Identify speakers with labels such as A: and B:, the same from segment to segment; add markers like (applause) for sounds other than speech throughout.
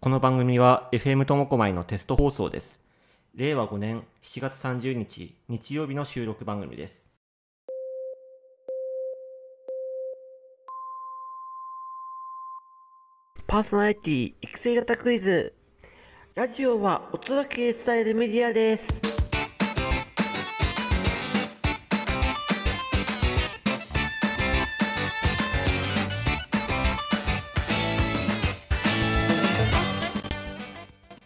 A: この番組は FM ともこまいのテスト放送です。令和5年7月30日日曜日の収録番組です。
B: パーソナリティ育成型クイズ。ラジオは音だけで伝えるメディアです。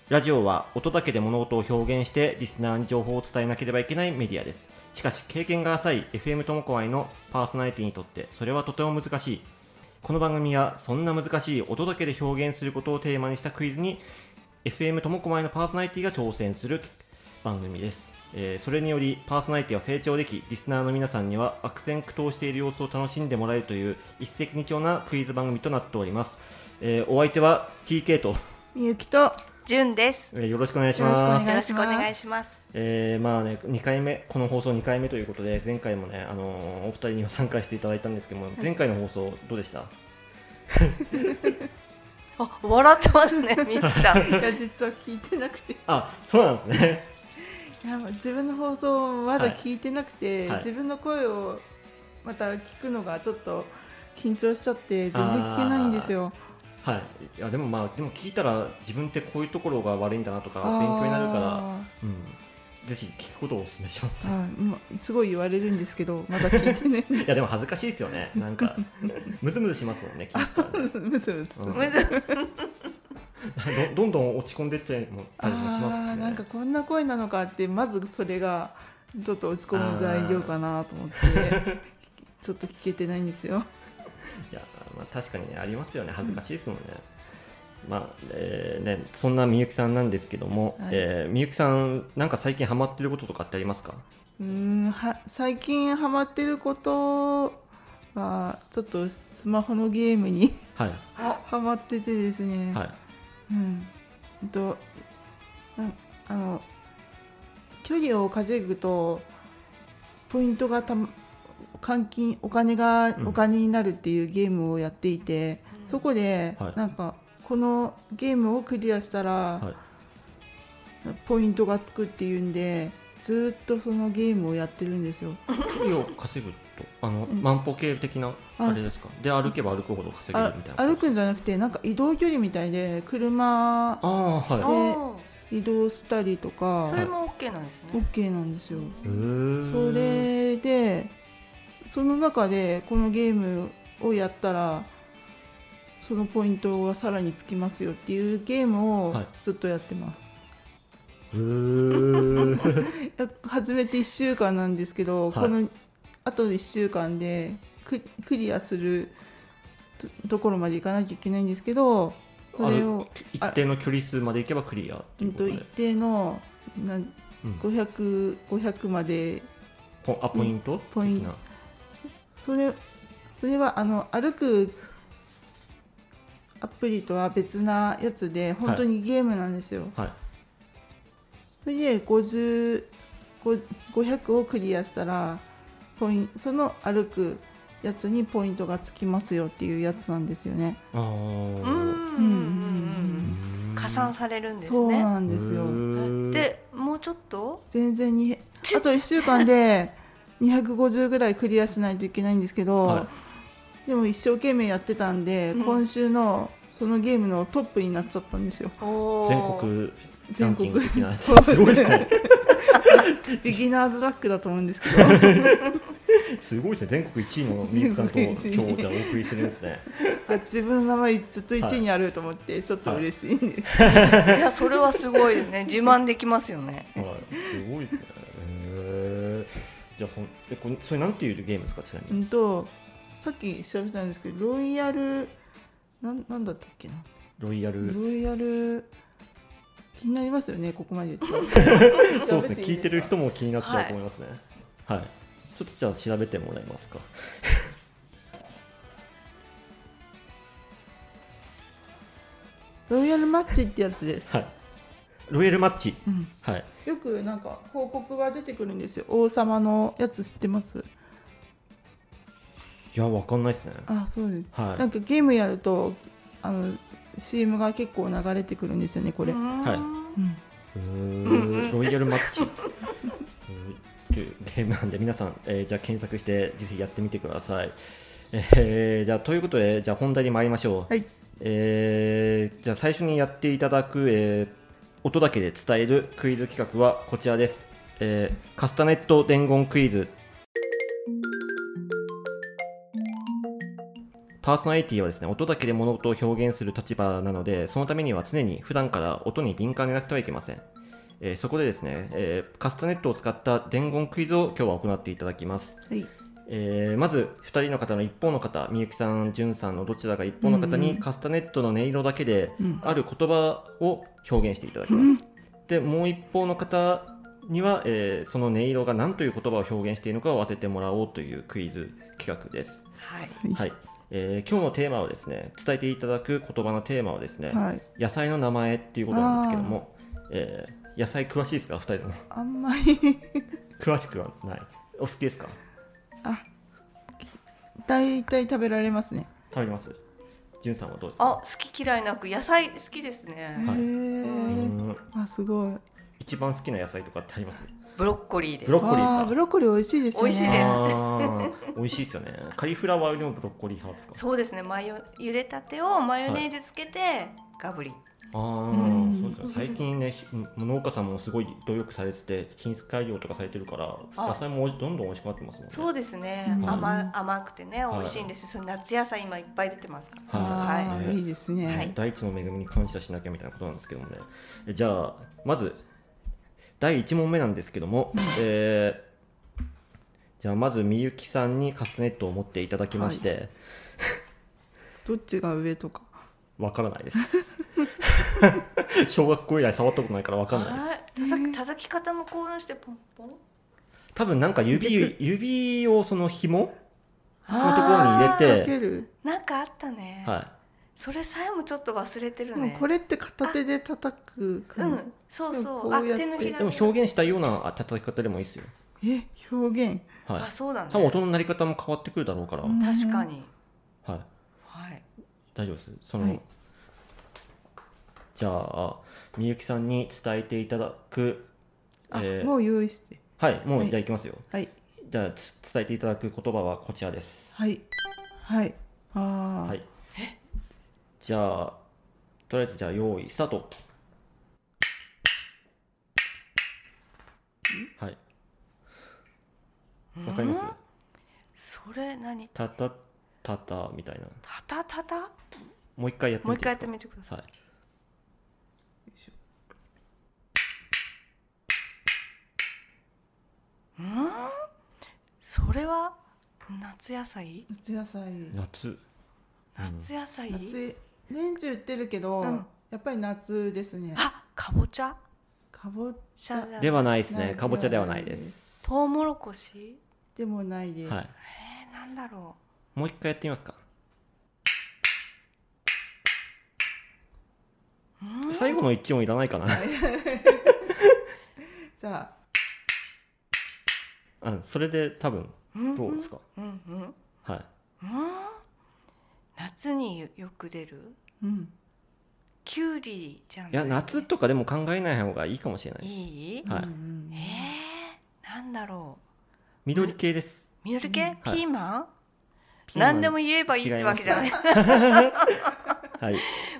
A: ラジオは音だけで物事を表現してリスナーに情報を伝えなければいけないメディアです。しかし経験が浅い FM ともこまいのパーソナリティにとってそれはとても難しい。この番組はそんな難しい音だけで表現することをテーマにしたクイズに FM ともこまいのパーソナリティが挑戦する番組です。えーそれによりパーソナリティは成長でき、リスナーの皆さんには悪戦苦闘している様子を楽しんでもらえるという一石二鳥なクイズ番組となっております。えーお相手は TK と、
C: みゆきと
D: じゅんです。
A: えーよろしくお願いします。
D: よろしくお願いします。
A: えーまあね、2回目、この放送2回目ということで、前回もね、あのーお二人には参加していただいたんですけども、前回の放送、どうでした
D: あ、笑ってますね、みゆきさん。
C: いや実は聞いてなくてい
A: あそうなんですね。 (laughs)
C: や自分の放送をまだ聞いてなくて、
A: はいはい
C: 自分の声をまた聞くのがちょっと緊張しちゃって全然聞けないんですよ
A: はい、いやでもまあ、でも聞いたら、自分ってこういうところが悪いんだなとか、
C: 勉
A: 勉強になるから、うん、ぜひ聞くことをお勧めし
C: (laughs)
A: ます。
C: すごい言われるんですけどまだ聞いてないん
A: いや
C: で
A: でも恥ずかしいですよね。なん
C: (laughs)
A: かムズムズしますもんね。聞いてたらね
C: すむずむず
A: うん
D: むず、
A: (laughs) どどんどん落ち込んでっちゃったりもします
C: あ
A: し
C: ー
A: ね。
C: なんかこんな声なのかってまずそれがちょっと落ち込む材料かなと思ってちょっと聞けてないんですよ
A: いやまあ確かにねありますよね恥ずかしいですもんね。まあえーねそんなみゆきさんなんですけども、
C: はい
A: えーみゆきさんなんか最近ハマってることとかってありますか？
C: うーんは最近ハマってることはちょっとスマホのゲームに
A: はい
C: ハマっててですね、
A: はい
C: うんえっとなんあの距離を稼ぐとポイントがたま換金お金が
A: うん
C: お金になるっていうゲームをやっていて、そこで、
A: はい
C: なんかこのゲームをクリアしたら、
A: はい。
C: ポイントがつくっていうんでずーっとそのゲームをやってるんですよ。
A: 距離を稼ぐとあの、
C: うん
A: 万歩計的な
C: あ
A: あれですか？で歩けば歩くほど稼げ
C: あ
A: るみたいな。
C: 歩くんじゃなくてなんか移動距離みたいで車
A: ああー
D: あ
A: はい。
D: ー
C: 移動したりとか
D: それもオッケーなんですね。
C: OK なんですよ。
A: へー
C: それでその中でこのゲームをやったらそのポイントがさらにつきますよっていうゲームを
A: はい
C: ずっとやってます。
A: へー
C: いや始めて1週間なんですけど、
A: はい
C: このあと1週間でククリアするとところまでいかなきゃいけないんですけどそれを。
A: 一定の距離数まで行けばクリアってい
C: う
A: うんこと
C: と
A: で、
C: 一定のな
A: うん
C: 500500 500まで
A: ポあポイント
C: ポイント
A: 的
C: それそれはあの歩くアプリとは別なやつで本当にゲームなんですよ、
A: なはい
C: それで50 500をクリアしたらポインその歩くやつにポイントがつきますよっていうやつなんですよね
A: あー
D: うん、うん、うん、うん。
A: うん
D: 加算されるんです
C: そう
D: ね。
C: なんですよ
A: へー
D: で、もうちょっと。
C: 全然にあと1週間で250ぐらいクリアしないといけないんですけど、
A: は
C: でも一生懸命やってたんで、
D: うん
C: 今週のそのゲームのトップになっちゃったんですよ
D: おー
A: 全。国ラン
C: 全
A: キン
C: 国
A: グ的な
C: そう
A: すごいですね
C: (laughs) ビギナーズラックだと思うんですけ
A: (laughs)
C: ど
A: すごいですね全国一位のみゆきさんと今
C: 全
A: 日
C: 国
A: じ
C: 一位
A: ゃあお送りするんです
C: (laughs)
A: ね
C: 自分の名前ずっと1位にあると思ってちょっと嬉しいんです、
D: いや、それはすごいね、自慢できますよね。
A: はいすごいですねへーじゃあそんえこれそれなんていうゲームですかちなみ
C: う
A: に
C: んとさっき調べたんですけどロイヤルなんなんだったっけな
A: ロイヤル
C: ロイヤル気になりますよねここ
A: (laughs)
C: まで言って
A: そうですね聞いてる人
C: も
A: も気になっちゃうと思いますねはいちょっとじゃあ調べてもらえますか
C: ロイヤルマッチってやつです、
A: はいロイヤルマッチ
C: うん
A: はい
C: よくなんか広告が出てくるんですよ王様のやつ知ってます
A: いやわかんないですね
C: あそうです
A: はい
C: なんかゲームやるとあの CM が結構流れてくるんですよねこれ、
A: はい
C: うん
D: ん
A: ロイヤルマッチ。えーというゲームなんで皆さん、えーじゃあ検索してぜひやってみてください。えーじゃあということでじゃあ本題に参りましょう。
C: はい
A: えーじゃあ最初にやっていただく、えー音だけで伝えるクイズ企画はこちらです。えーカスタネット伝言クイズ。パーソナリティはですね、音だけで物事を表現する立場なので、そのためには常に普段から音に敏感でなくてはいけません。えーそこでですね、えーカスタネットを使った伝言クイズを今日は行っていただきます。
C: はい
A: えーまず2人の方の一方の方、みゆきさん、じゅんさんのどちらか一方の方
C: うんう
A: に
C: ん
A: カスタネットの音色だけで
C: うん
A: ある言葉を表現していただきます。で、もう一方の方には、えーその音色が何という言葉を表現しているのかを当ててもらおうというクイズ企画です。
D: はい
A: はい、えー今日のテーマはですね伝えていただく言葉のテーマはですね、
C: はい、
A: 野菜の名前っていうことなんですけども、えー野菜詳しいですか2人とも
C: あんまり (laughs)
A: 詳しくはないお好きですか
C: あ大体食べられますね、
A: 食べますじゅんさんはどうです
D: あ
A: か
D: 好き嫌いなく野菜好きですね
A: はいう
C: へ
A: ー
C: え
A: ん
C: あすごい
A: 一番好きな野菜とかってあります
D: ブロッコリーで
A: ブ
D: す
A: ロッコリーですか
C: あーブロッコリー美味しいですよね
D: 美味しいです
A: あー美味しいですよねカリフラワーよりもブロッコリー派ですか
D: そうですねマヨ茹でたてをマヨネーズつけてガブリ
A: ああ、
C: うん
A: そうですよね最近ねひ農家さんもすごい努力されてて品質改良とかされてるから
D: あ
A: 野菜もどんどん美味しくなってますもんね
D: そうですね
C: うん
D: 甘甘くてね
A: はい
D: 美味しいんですよそれ夏野菜今いっぱい出てますから
A: はい
C: あー
A: はい
C: いいですね、
D: はい
A: 大地の恵みに感謝しなきゃみたいなことなんですけどもねえじゃあまず第1問目なんですけども、えーじゃあまずみゆきさんにカスタネットを持っていただきまして
C: どっちが上とか
A: わ、からないです (laughs) 小学校以来触ったことないからわかんないです
D: はい叩き叩き方もこうしてポンポン
A: 多分なんか指指をその紐
D: の
A: のところに入れ
C: かけ
A: て
C: る、
D: なんかあったね、
A: は
D: それさえもちょっと忘れてる
C: でも
D: ね
C: これって片手で叩く
D: う
C: 感
D: んそう
C: でも
D: そう
C: こ
D: あ
C: うやって
D: 手のひ
A: い
D: ら
A: でも表現したような叩き方でもいいですよ
C: じ、え表現
A: はい
D: あそうだね
A: 多分音の鳴り方も変わってくるだろうから、
C: うん
D: 確かに
A: はい
D: はい
A: 大丈夫ですその、
C: はい
A: じゃあみゆきさんに伝えていただく、
C: あ、
A: えー
C: もう用意して
A: はいもう、
C: はい
A: じゃあいきますよ
C: はい
A: じゃあつ伝えていただく言葉はこちらです
C: はいはいあー、
A: はいじゃあとりあえずじゃあ用意スタートはいわかります
D: んそれ何
A: たたたたみたいな
D: たたたた
A: もう一回やって
D: もう
A: み
D: 一
A: て
D: 回やってみてください
A: はい
D: うんそれは夏野菜
C: 夏野菜
A: 夏
D: 夏野菜、
C: 夏年中売ってるけど、
D: うん
C: やっぱり夏ですね
D: あかぼちゃ
C: かぼち
D: しゃじゃ
A: ではないです
C: な
A: ね
C: い
A: かぼちゃではないです
D: とうもろこし
C: でもないです、
A: はい
D: えー、なんだろ
A: もう一回やってみますか
D: ううん
A: 最後の一音いらないかな (laughs)
C: じゃ
A: う
C: あ
A: んそれで多分
D: うん
A: どうですか、
D: うんうん
A: はい
D: うん夏によく出る
C: うん
D: きゅうりじゃない
A: いや夏とかでも考えない方がいいかもしれない
D: いい
A: はい
C: うんうん
D: えー、なんだろう
A: 緑系です
D: 緑
C: う
D: 系
A: ん、はい
D: ピーマン
A: ピーマン
D: 何でも言えばいいってわけじゃない
A: はい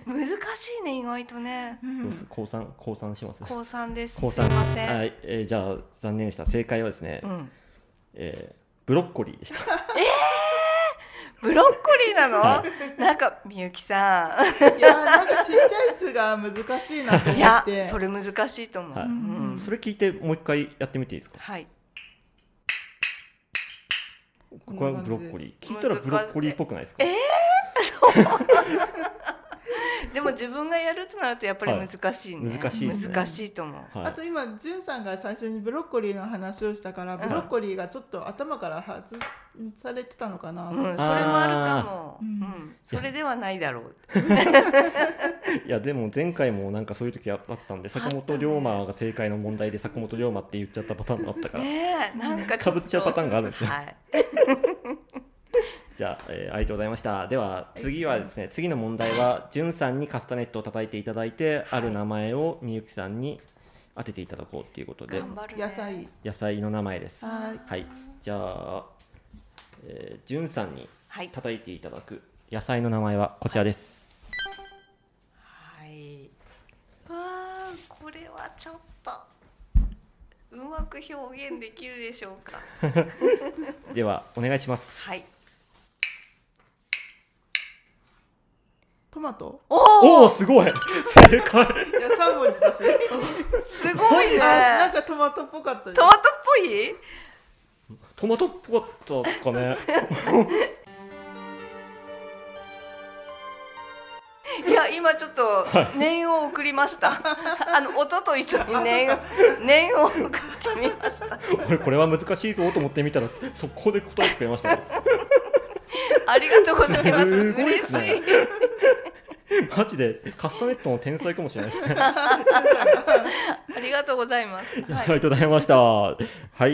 D: 難しいね意外とね
C: うん
A: 降参降参しますね
D: 高三です
A: 降
D: す
A: 参
D: いません、
A: はい、えーじゃあ残念でした正解はですね、
D: うん、
A: えーブロッコリーでした
D: ブロッコリーなの、
A: は
D: なんかみゆきさ
C: いやーなんかちっちゃいやつが難しいなと
D: んい
C: 思っ
D: や
C: て
D: それ難しいと思う、
A: はい
D: うん
A: それ聞いてもう一回やってみていいですか
D: はい
A: ここはブロッコリー聞いたらブロッコリーっぽくないですか
D: えでも自分がやるってなるとやっぱり難しいね、
A: はい難しいですね
D: 難しいと思う
A: はい
C: あと今じゅんさんが最初にブロッコリーの話をしたからブロッコリーがちょっと頭から外されてたのかな、
D: うん、それもあるかも、うんそれではないだろう。
A: いやでも前回もなんかそういう時あったんで坂本龍馬が正解の問題で坂本龍馬って言っちゃったパターンもあったから
D: ねえ、なんか
A: かぶっちゃうパターンがあるんですよ
D: はい。
A: じゃあ、えーありがとうございました。では、次はですね、次の問題は、じゅんさんにカスタネットを叩いていただいて、ある名前をみゆきさんに当てていただこうということで、
D: 頑張る、ね、
C: 野菜
A: 野菜の名前です。は
C: はい
A: い。じゃあ、えー、じゅんさんに
D: はい
A: 叩いていただく野菜の名前はこちらです。
D: はい。わあ、これはちょっと。うまく表現できるでしょうか。
A: では、お願いします。
D: はい。
C: トマト
D: おお、
A: おお、すごい正解
C: いや3文字だし
D: すご (laughs) いね。
C: なんかトマトっぽかったです
D: トマトっぽい。
A: トマトっぽかったですかね。
D: いや、今ちょっと念を送り
A: (laughs)
D: ました。あの音と一緒に念を、念を送ってみました。
A: 俺、これは難しいぞと思ってみたら、速攻で答えてくれましたね。
D: ありがとうございます。
A: すごいっ
D: 嬉
A: す
D: し
A: ね
D: い。
A: マジでカスタネットの天才かもしれないですね。
D: ありがとうございます。
A: あ
D: は
A: りが
D: い。
A: とうござい (laughs) ました。はい、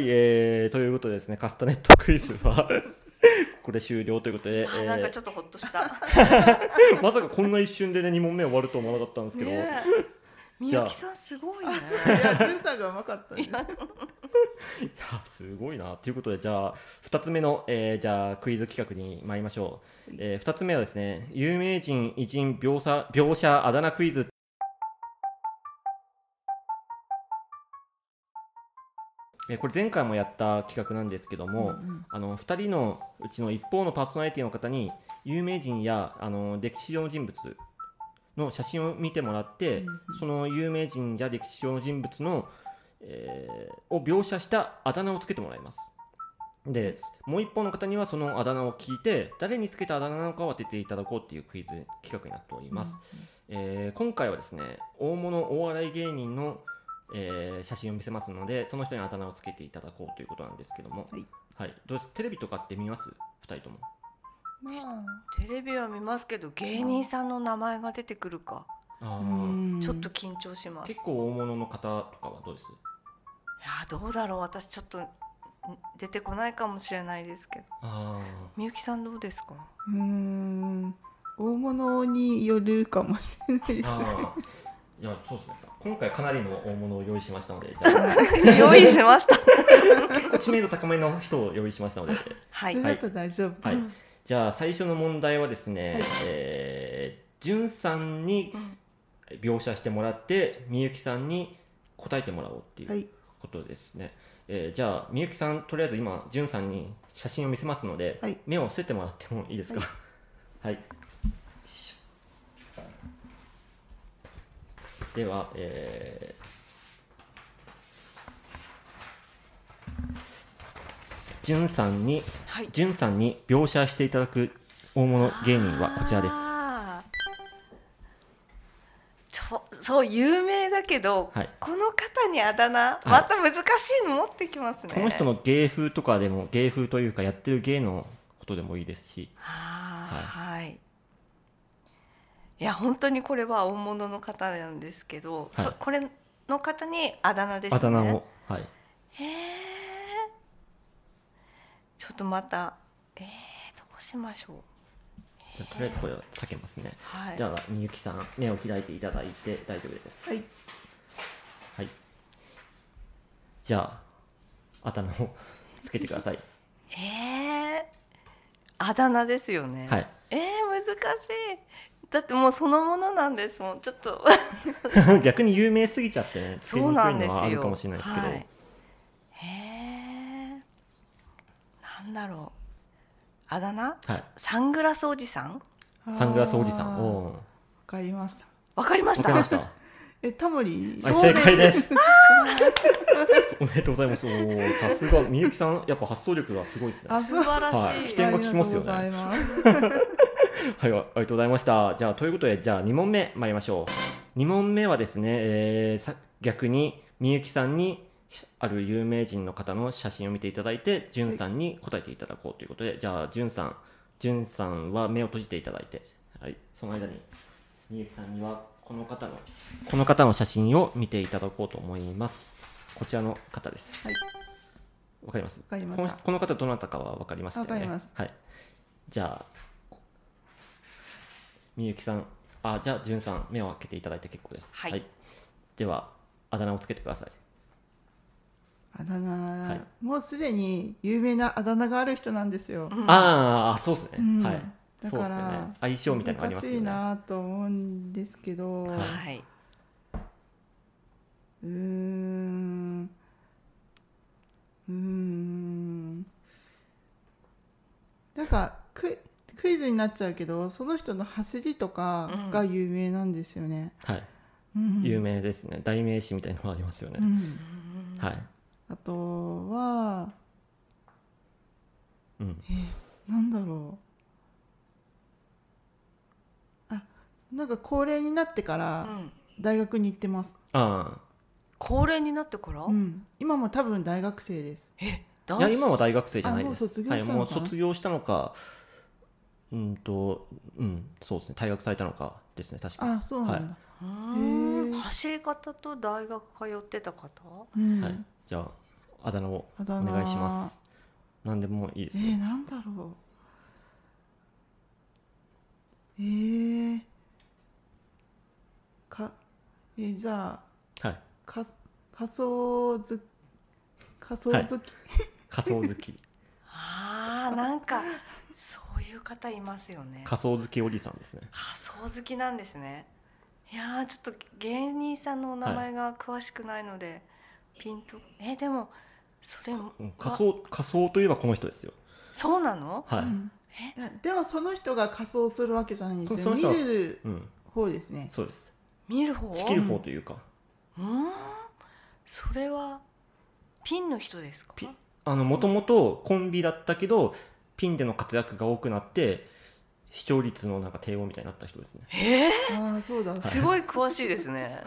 A: えー、ということでですね、カスタネットクイズは (laughs) ここで終了ということで、え
D: あなんか
A: ー
D: ちょっとほっとした。
A: まさかこんな一瞬でね2問目終わると思わなかったんですけど、
D: ねえみ
A: (laughs) じゃあ
D: ゆきさんすごいね。
C: いやジュンさんがうまかったです
A: いやすごいなということでじゃあ2つ目の、えーじゃあクイズ企画に参りましょう、え2つ目はですね有名人偉人描写描写あだ名クイズえーこれ前回もやった企画なんですけども、あの2人のうちの一方のパーソナリティの方に有名人やあの歴史上の人物の写真を見てもらって、
C: うんうん
A: その有名人や歴史上の人物の、えーを描写したあだ名をつけてもらいます。でもう一方の方にはそのあだ名を聞いて誰につけたあだ名なのかを当てていただこうっていうクイズ企画になっております、えー今回はですね大物お笑い芸人の、えー写真を見せますのでその人にあだ名をつけていただこうということなんですけども
C: はい、
A: はい、どうですテレビとかって見ます2人とも
C: まあ
D: テレビは見ますけど芸人さんの名前が出てくるか、
A: あ
C: う
A: ー
C: ん
D: ちょっと緊張しますい
A: 結構大物の方とかはどうです
D: やどうだろう私ちょっとん出てこないかもしれないですけど
A: あ
D: みゆきさんどうですか
C: うーん大物によるかもしれないです
A: あーいやそうですね今回かなりの大物を用意しましたのでじゃあ
C: (laughs)
D: 用意しま
A: (laughs)
D: した
A: 結構知名度高めの人を用意しましたので
D: はい、
C: それだと大丈夫、
A: はい
D: うん
A: じゃあ最初の問題はですね、えー、じゅんさんに
D: うん
A: 描写してもらってみゆきさんに答えてもらおうって
C: は
A: いう
C: い
A: ことですね、えーじゃあみゆきさんとりあえず今じゅんさんに写真を見せますので、
C: はい
A: 目を伏せてもらってもいいですかはい、では、えー、じゅんさんに
D: はい
A: じゅんさんに描写していただく大物芸人はこちらです
D: あーちょそう有名だけど、
A: はい
D: この方にあだ名また難しいの持ってきますね、
A: この人の芸風とかでも芸風というかやってる芸のことでもいいですし
D: あーはい、い、や本当にこれは大物の方なんですけど、
A: はい
D: そこれの方にあだ名ですね
A: あだ名をはい
D: へえちょっとまたえー、どうしましょう
A: じゃあとりあえずこれは避けますね
D: はい
A: じゃあみゆきさん目を開いていただいて大丈夫です
C: はい
A: はいじゃああだ名をつけてください
D: (laughs) えー、あだ名ですよね、 (laughs)
A: はい
D: えー、難しいだってもうそのものなんですもんちょっと
A: 逆に有名すぎちゃってねつけにく
D: そう
A: いの
D: なんですよ
A: はあるかもしれないですけど
D: はい、へえなんだろうあだ名、
A: はい
D: サングラスおじさん
A: サングラスおじさん
C: あーわ
A: お
C: かりました
D: わかりま
A: ー
D: し
A: わかりま
D: た
A: したはい
C: えタモリ
D: そう
A: 正解です (laughs) おめでとうございますおーさすがみゆきさんやっぱ発想力がすごいですね
C: あ
D: (laughs) 素晴らしい、
A: はい来て点が利きますよね
C: ありがとうございます
A: (laughs) はい、ありがとうございました。じゃあ、ということで、じゃあ2問目参りましょう。2問目はですね、えーさ逆に、みゆきさんに、しある有名人の方の写真を見ていただいて、じゅんさんに答えていただこうということで、じゃあ、じゅんさん、じゅんさんは目を閉じていただいて、はい、その間に、みゆきさんには、この方の、この方の写真を見ていただこうと思います。こちらの方です。
C: はい
A: わかります
C: わかりま
A: この
C: し
A: この方どなたかはわかりますよね。
C: わかります
A: はい。じゃあみゆきさんあじゃあじゅんさん目を開けていただいて結構です
D: はい
A: ではあだ名をつけてください
C: あだ名、
A: はい
C: もうすでに有名なあだ名がある人なんですよ、
A: あーあそうですね、
C: うん
A: はい
C: だ
A: そ
C: か
A: う
C: ら
A: ですよね相性みたいなのありま
C: 難
A: す
C: し
A: よ
C: い
A: ね
C: なと思うんですけど、
A: は
D: はい。
C: うーんうーんなんかクイクイズになっちゃうけどその人の走りとかが有名なんですよね、
A: はい
C: うん
A: 有名ですね代名詞みたいなのもありますよね
C: う、ん
A: はい、
C: あとは
A: うん、
C: なんだろうあなんか高齢になってか
D: う
C: ら
D: ん。
C: 大学に行ってます、
A: あ
D: 高齢になってから。
C: うん今も多分大学生です
A: あ
D: ダ
A: いや
D: ンス。
A: 今は大学生じゃないです
C: あもう卒業したのかな
A: はい、もう卒業したのかうんとうんそうですね退学されたのかですね確か
C: あそうなんだ、
D: うーん
C: へー
D: 走り方と大学通ってた方。
C: うん
A: はいじゃああだ名を
C: あ
A: お
C: だ名
A: 願いします何でもいいです
C: え
A: よ
C: ー、なんだろうえー、かえーじゃあ
A: はい
C: か仮想ず仮想
A: はい
C: 好き、
A: 仮想好
C: (laughs)
A: き
D: ああ、なんか。そういう方いますよね。
A: 仮想好きおじさんですね
D: 仮想好きなんですね。いやーちょっと芸人さんのお名前が詳しくないので、ピンとえでもそれも
A: うん仮想仮想といえばこの人ですよ
D: そうなの？
A: はい、
C: うんいやでもその人が仮装するわけじゃないんです
A: その
C: よ見
A: 人は
C: る
A: うん、
C: 方ですね
A: そうです
D: 見る方？
A: 仕切る方というか
D: うーんそれはピンの人ですか
A: ピあのもともとコンビだったけどピンでの活躍が多くなって視聴率のなんか低音みたいになった人ですね
D: えー、
C: ああそうだ
D: すごい詳しいです
A: (laughs)
D: ね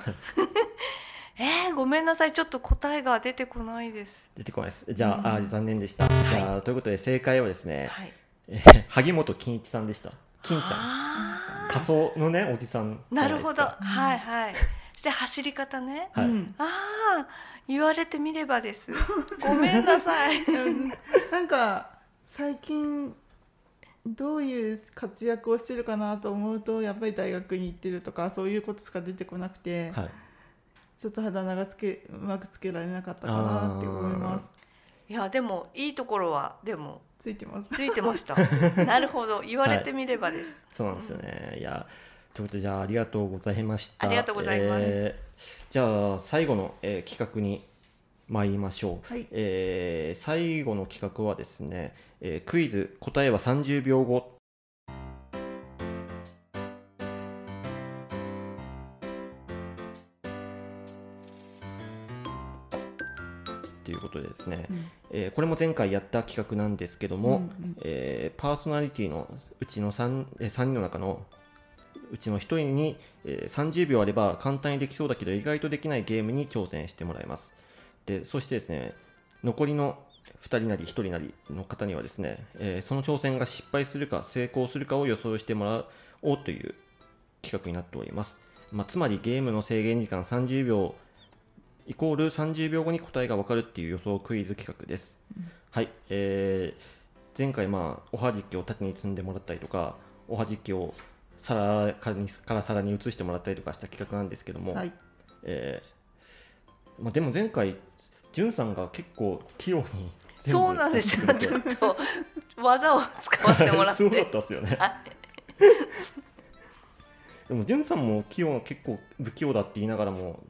D: えー、ごめんなさいちょっと答えが出てこないです
A: 出てこないですじゃあ,、あー残念でした、じゃあということで正解はですね、
D: はい
A: えー萩本欽一さんでした金ちゃん
D: あ
A: 仮想のねおじさん
D: ーなるほど
A: じゃ
D: はいはいそして走り方ね
A: はい
C: うん
D: ああ言われてみればです
A: (laughs)
D: ごめんなさい
C: なんか最近どういう活躍をしてるかなと思うとやっぱり大学に行ってるとかそういうことしか出てこなく
A: ない
C: て、
A: ですかはい
C: ちょっと肌長つけうまくつけられなかったかなって思います。
D: いやでもいいところはでも
C: ついてます。
D: ついてました
A: (laughs)
D: なるほど言われてみればです、
A: そうなんですよねいやということでじゃあありがとうございました
D: ありがとうございます
A: えーじゃあ最後の、えー企画に参りましょう、
C: はい
A: えー最後の企画はですね、えークイズ答えは30秒後ということでですね、
C: うん
A: えーこれも前回やった企画なんですけども、
C: うんうん
A: えーパーソナリティのうちの 3, えー3人の中のうちの1人に、えー30秒あれば簡単にできそうだけど意外とできないゲームに挑戦してもらいますでそしてですね残りの2人なり1人なりの方にはですね、えーその挑戦が失敗するか成功するかを予想してもらおうという企画になっております、まあ、つまりゲームの制限時間30秒イコール30秒後に答えが分かるっていう予想クイズ企画です、はい、えー前回まあおはじきを縦に積んでもらったりとかおはじきを皿からにから皿に移してもらったりとかした企画なんですけども、
C: はい。
A: えーまあ、でも前回じゅんさんが結構器用に全部
D: そうなんですよ
A: やって
D: (laughs) ち
A: く
D: ょ
A: れ
D: っと技を使わせてもらって
A: すごかったですよね
D: はい
A: (laughs) でもじゅんさんも器用結構不器用だって言いながらも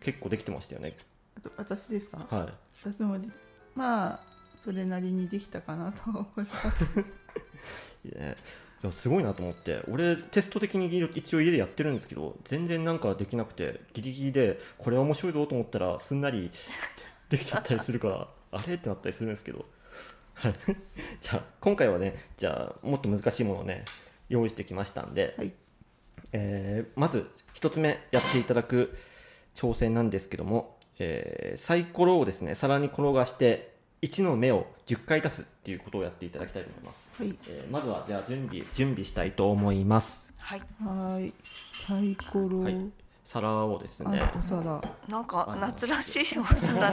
A: 結構できてましたよね
C: あと私ですか。
A: はい
C: 私もでまあそれなりにできたかなと思います。
A: いいねいやすごいなと思って俺テスト的に一応家でやってるんですけど全然なんかできなくてギリギリでこれは面白いぞと思ったらすんなりできちゃったりするからあれってなったりするんですけどはい (laughs) じゃあ今回はねじゃあもっと難しいものをね用意してきましたんで、
C: はい
A: えーまず1つ目やっていただく挑戦なんですけども、えーサイコロをですね皿に転がして1の目を10回出すっていうことをやっていただきたいと思います
C: はい。
A: えーまずはじゃあ準備準備したいと思います
D: はい
C: はーい。サイコロ。
A: はい皿をですね
C: あお皿。
D: なんか夏らしいお皿だ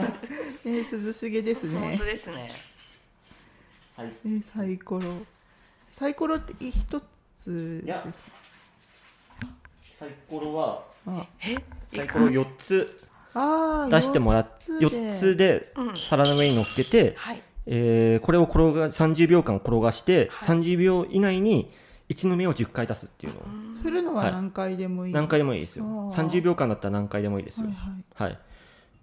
C: えー、涼しげです
D: 本
C: ね
D: 当。ですね
A: はい
C: えー、サイコロ。サイコロって一つですか
A: サイコロは
C: あ
D: え
A: サイコロ4つ
C: あー
A: 出してもらって
C: 四つで
A: 4つで
D: うん
A: 皿の上に乗っけて、
D: はい
A: えーこれを転が30秒間転がして、
D: はい
A: 30秒以内に1の目を10回出すっていうのを
C: 振るの
A: は
C: はい何回でもいい、
A: 何回でもいいですよ
C: あー
A: 30秒間だったら何回でもいいですよ
C: はいはい
A: はいっ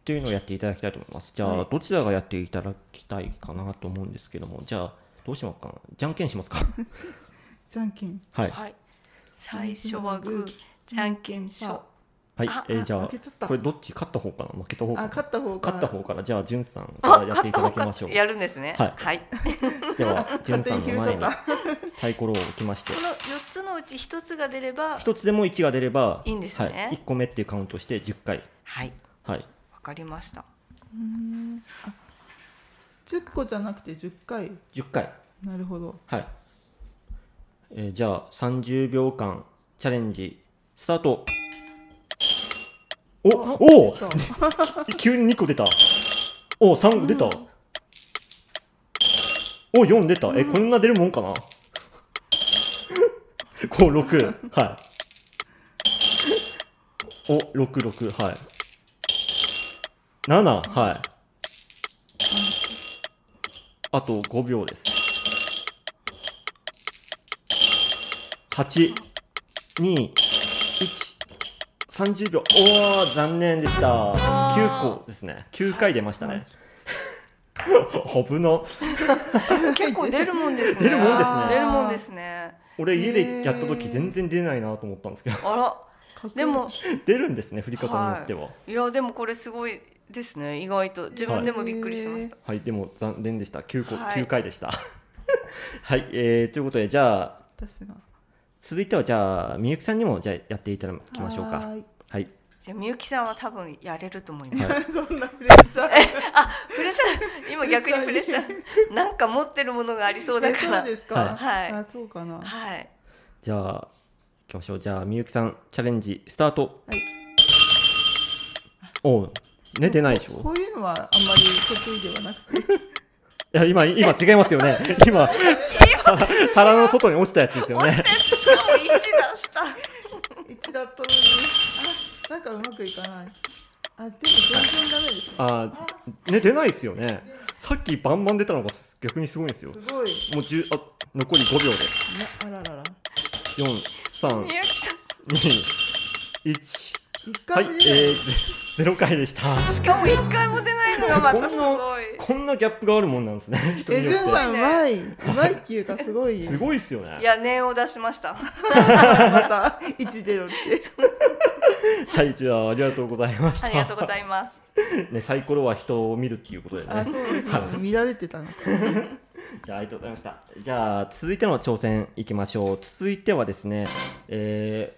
A: ていうのをやっていただきたいと思いますじゃあ、
C: はい
A: どちらがやっていただきたいかなと思うんですけどもじゃあどうしようかなじゃんけんし
C: (laughs)
A: ますか
C: じゃんけん
A: はい
D: はい最初はグーじゃんけんしょ
A: はい
D: あ、
A: えーじゃ
C: 負けちゃっ
A: あ
C: た
A: これどっち勝った方かな負けた方か
C: あ
A: な
C: 勝った方が
A: 勝った方からじゃあじゅんさんからやっていただきましょう
D: やるんですね
A: はい
D: はい
A: ではじゅん
C: 勝手
A: さ
C: に
A: んの前
C: 決めちゃっ
A: に
C: た
A: サイコロを置きまして
D: この四つのうち一つが出れば
A: 一つでも1が出れば
D: いいんですね
A: はい、1個目っていうカウントして10回
D: はい
A: はい
D: わかりました
C: うーんあ10個じゃなくて10回
A: 10回
C: なるほど
A: はい、えーじゃあ30秒間チャレンジスタートおおお
C: そう
A: (laughs) 急に2個出たお3出た、お4出たえこんな出るもんかな56はいお六66はい7はいあと5秒です82130秒おー残念でした
D: あー
A: 9個ですね9回出ましたね危な
D: 結構出るもんですね
A: 出るもんですね
D: 出るもんですね
A: 俺家でやった
C: へ
A: 時
C: ー
A: 全然出ないなと思ったんですけど
D: あらでも
A: 出るんですね振り方によってははい、
D: いやでもこれすごいですね意外と自分でもびっくりしました、
A: でも残念でした9個、
D: はい
A: 9回でしたはいえー、ということでじゃあ
C: 私が
A: 続いてはじゃあみゆきさんにもじゃあやっていただきましょうか
C: はーい (laughs)
A: はい、
D: じゃあみゆきさんは多分やれると思います、
A: はい
C: そんなプレッシャー
D: プレッシャー今逆にプレッシ
C: (laughs)
D: ャーなんか持ってるものがありそうだか
C: そ
D: ら
C: うですか
D: はい
C: あそうかなは
D: はい
A: じゃあ行きましょうじゃあみゆきさんチャレンジスタート
C: い
A: おう寝てないでし
C: こ
A: ょ
C: ういうのはあんまり得意ではなくて
A: いや今今違いますよね今皿の外に落ちたやつですよ
D: 落
A: ね
D: ちてしかも一出した
C: 一だとあなんかうまくいかないあでも全然ダメです
A: あーね出ないですよねさっきバンバン出たのが逆にすごいんですよ
C: すごいね
A: もう10あ残り5秒で
C: あららら
D: みゆきさん
A: 4321
C: 一
A: はいえ
C: 回も
A: ー (laughs)
C: 出な
A: ゼ
C: い、
A: ロ回でした
D: しかも一回も出ないのがまたすごい
A: こんなギャップがあるもんなんですね人
C: え
A: に
C: じ
A: よ
C: ゅん
A: っ
C: さんうまいうまいっていうかすごい
A: てすごいですよね
D: いや念を出しました
C: (laughs) また一出ろって
A: はいじゃあありがとうございました
D: ありがとうございます
A: ね、サイコロは人を見るっていうことで
C: あ
A: ね
C: そう
A: (laughs)
C: ですよね乱れてたの
A: じゃあありがとうございましたじゃあ続いての挑戦いきましょう続いてはですねえ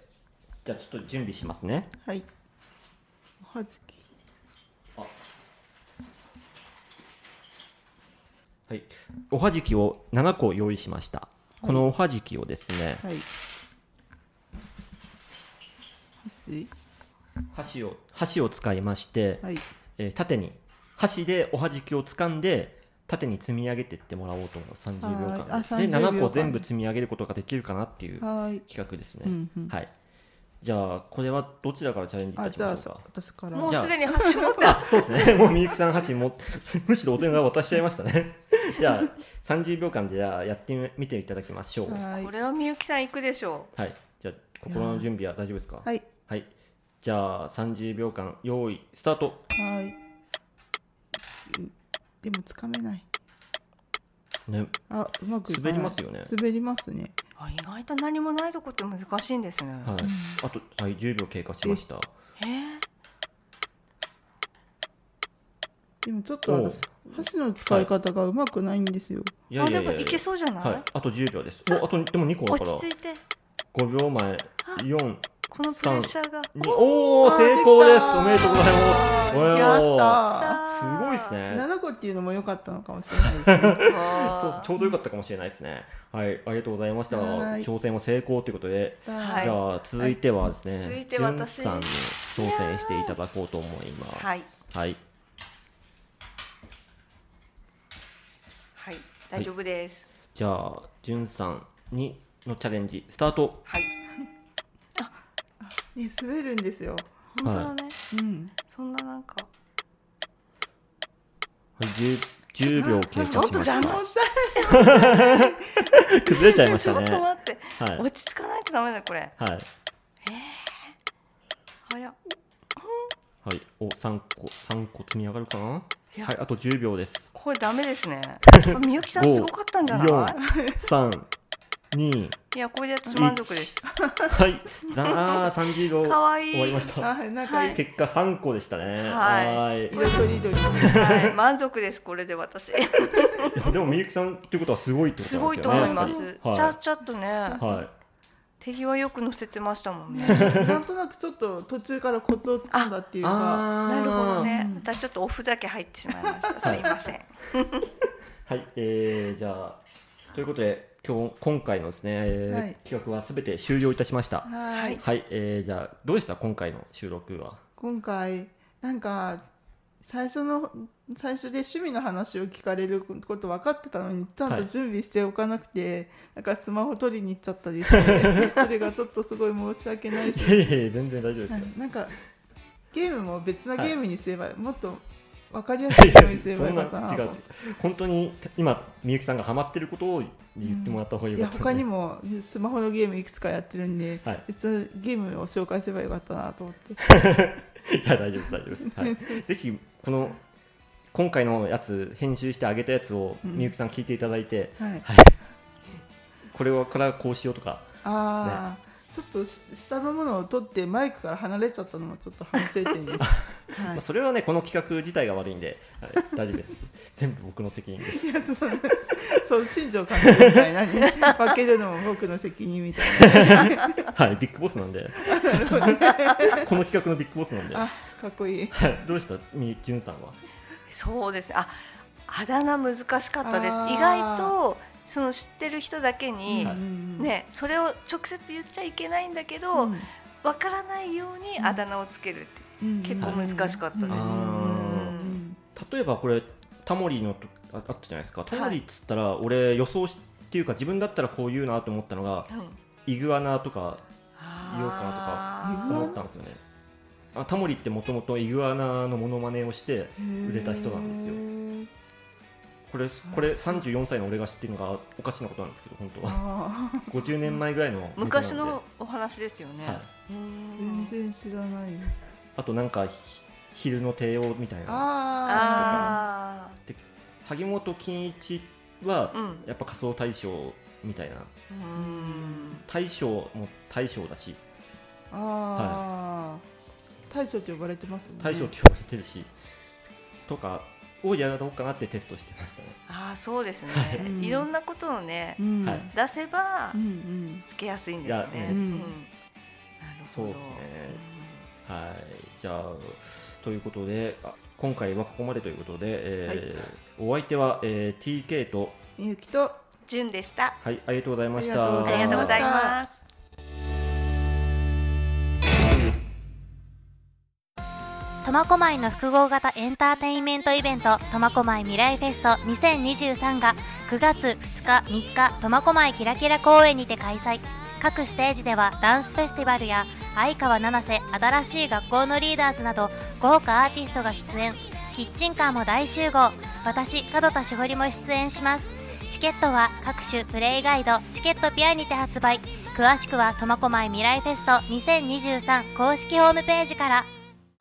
A: ー、じゃあちょっと準備しますね
C: はいおはじき
A: はい、おはじきを7個用意しました。このおはじきをですね、
C: はい
A: 箸
C: 箸
A: を箸を使いまして、
C: はい
A: えー縦に箸でおはじきを掴んで縦に積み上げてってもらおうと思います。30秒間
C: あーあ
A: で
C: 30秒間
A: 7個全部積み上げることができるかなっていう
C: はい
A: 企画ですね。
C: うんうん
A: はい。じゃあこれはどちらからチャレンジいた
C: あ
A: し
C: じゃ
A: ま
C: あ
A: しょう
C: さ
A: か。
C: 私から
D: もう
A: じゃあ
D: すでに箸持って
A: あ、そうですね。 (laughs) もうみゆきさん箸も (laughs) むしろお手が渡しちゃいましたね。 (laughs) じゃあ30秒間でじゃあやってみていただきましょう。
C: はい
D: これはみゆきさん行くでしょ
A: はい。じゃあ心の準備は大丈夫ですか。
C: はい
A: はい。じゃあ30秒間用意スタート。
C: はいうんでもつかめない
A: ね。
C: あうまくいかない
A: 滑りますよね
C: 滑りますね
D: うあ意外と何もないとこって難しいんですね、
A: はい。あとはい10秒経過しました。
D: えー
C: でもちょっと私箸の使い方がうまくないんですよ
A: いやいやい
D: あ
A: や
D: でもいけそうじゃない、
A: はい。あと10秒です。おあとでも2個だ
D: 落
A: から。
D: ち着いて
A: 5秒前。4。
D: このプレッシャーが
A: 2おおー成功です。おめでとうございます。お
C: やっ
A: ー
C: た
A: すごいですね。
C: 七個っていうのも良かったのかもしれないですね
A: そう
D: わー
A: ちょうどよかったかもしれないですね。はい、ありがとうございました。
C: はい
A: 挑戦は成功ということで、
D: はい
A: じゃあ続いてはですね、
D: 続いて私
A: じゅんさんに挑戦していただこうと思います。
D: はい
A: はい。
D: はい大丈夫です、
A: じゃあ、じゅんさん、 2のチャレンジスタート
D: はい。
C: ね滑るんですよ。
D: 本当だね。
C: うん。
D: そんななんか。
A: はい 10, 10秒経過しま
D: ちょっと
A: し
D: 邪魔
A: た
D: した。
A: 崩れちゃいまし
D: ち
A: た
D: ょっと
A: ね
D: 待って。
A: はい、
D: 落ち着かないとダメだこれ。
A: はい
D: 早っ。
A: はい、お3個3個積み上がるかない
D: や
A: はいあと10秒です
D: これダメで
A: (laughs)
D: すね。みゆきさん
A: 五
D: すごかったんじゃない？
A: 432
D: いやこれで私満足です。
A: はいざあー30秒
D: かわいい
A: 終わりました
C: あなんかいい、
A: 結果3個でしたね
D: はい
A: ーい
C: 色とりどり。
D: はい、満足ですこれで私。
A: いやでもみゆきさんってことはすごいってこと
D: す
A: なん
D: ご
A: で
D: い
A: す
D: と
A: よね
D: 思います。
A: やっ
D: ち
A: ぱり
D: ゃちゃっとね、
A: はい、
D: 手際よく乗せてましたもんね。
C: なんとなくちょっと途中からコツをつかんだっていうか。
A: あー
D: なるほどね
C: うん。
D: 私ちょっとおふざけ入ってしまいました。すいません。
A: はい、えー、じゃあということで今日今回のですね、えー
C: はい
A: 企画はすべて終了いたしました。
C: は
D: はいい。
A: はい、えー、じゃあどうでした今回の収録は。
C: 今回なんか最初の最初で趣味の話を聞かれること分かってたのにちゃん
A: は
C: と
A: い
C: 準備しておかなくて、なんかスマホ取りに行っちゃったりして
A: (laughs)
C: それがちょっとすごい申し訳ない
A: い
C: し
A: やいやいや全然大丈夫ですよ。
C: なんかゲームも別な
A: はい
C: ゲームにすれば、もっと分かりやすいゲームにす
A: (laughs)
C: れ
A: そ
C: ばよ
A: ん
C: か
A: な
C: ったな
A: 違う違う
C: と。
A: 本当に今みゆきさんがハマってることを言ってもらった方がいい
C: いや
A: かった
C: 他
A: んで、
C: にもスマホのゲームいくつかやってるんで、
A: はい
C: 別のゲームを紹介すればよかったなと思って
A: (laughs) いや大丈夫です大丈夫です。はい、
C: (laughs)
A: ぜひこの今回のやつ編集してあげたやつを
C: うん
A: みゆきさん聞いていただいて、
C: はい、
A: これをからこうしようとか
C: ああ、ちょっとし下のものを取ってマイクから離れちゃったのもちょっと反省
A: (laughs)
C: 点です。は
A: ま
C: い
A: あ、それはねこの企画自体が悪いんで、はい、大丈夫です (laughs) 全部僕の責任です
C: いやそうそう新庄監督みたいなね負けるのも僕の責任みたい
A: (laughs) はいビッグボスなん
C: (laughs)
A: で (laughs) この企画のビッグボスなんで
C: な。あかっこいい。
A: はいどうしたみゆきゅんさんは
D: そうですね。あ、あだ名難しかったです
C: あ。ー
D: 意外とその知ってる人だけに、
A: はい
C: ね。
D: ね、それを直接言っちゃいけないんだけど、わ、からないようにあだ名をつけるって。
C: うん
D: 結構難しかったです
C: うん
A: あー
C: うん
A: 例えばこれタモリのとああったじゃないですかタモリっつったら、俺予想しっていうか自分だったらこう言うなと思ったのが
D: うん
A: イグアナとか言おうか
D: あー
C: イグアナ
A: 思ったんですよねあタモリってもともとイグアナのモノマネをして売れた人なんですよ
C: よ。
A: これこれ
C: あそう
A: 34歳の俺が知ってるのがおかしなことなんですけど本当
D: (laughs)
A: は
C: あ
A: (laughs)
C: あ
A: 50年前ぐらいのネタなんで
D: 昔のお話ですよね。
A: はいう
D: ー
C: 全然
D: ん
C: 知らない。
A: あとなんかひ昼の帝王みたいな
C: あ
D: あ
A: 萩本欽一は
D: あ、うん、
A: やっぱ仮装大賞みたいな
D: うーん、
A: 大賞も大賞だし
C: あああ。大将って呼ばれてますもんね。
A: 大賞って呼ばれてるし、とかをやろうかなってテストしてましたね
D: ああ、そうですね
A: はい
C: うん。
D: いろんなことをね
C: う、ん。
A: はい
D: 出せば
C: うんうん。
D: つけやすいんで
A: い
D: す
A: や
D: ね。
A: うん
D: うんんなるほ
A: そう
D: ど。
A: ですねはいじゃあということであ今回はここまでということで、えーお相手は、えー TK と
C: みゆきと。
D: じゅんでした。
A: はいありがとうございました
C: あ
D: ありがとうございます。
E: 苫小牧の複合型エンターテインメントイベント苫小牧未来フェスト2023が9月2日3日苫小牧キラキラ公園にて開催各ステージではダンスフェスティバルや相川七瀬新しい学校のリーダーズなど豪華アーティストが出演キッチンカーも大集合私門田しほりも出演しますチケットは各種プレイガイドチケットピアにて発売詳しくは苫小牧未来フェスト2023公式ホームページから「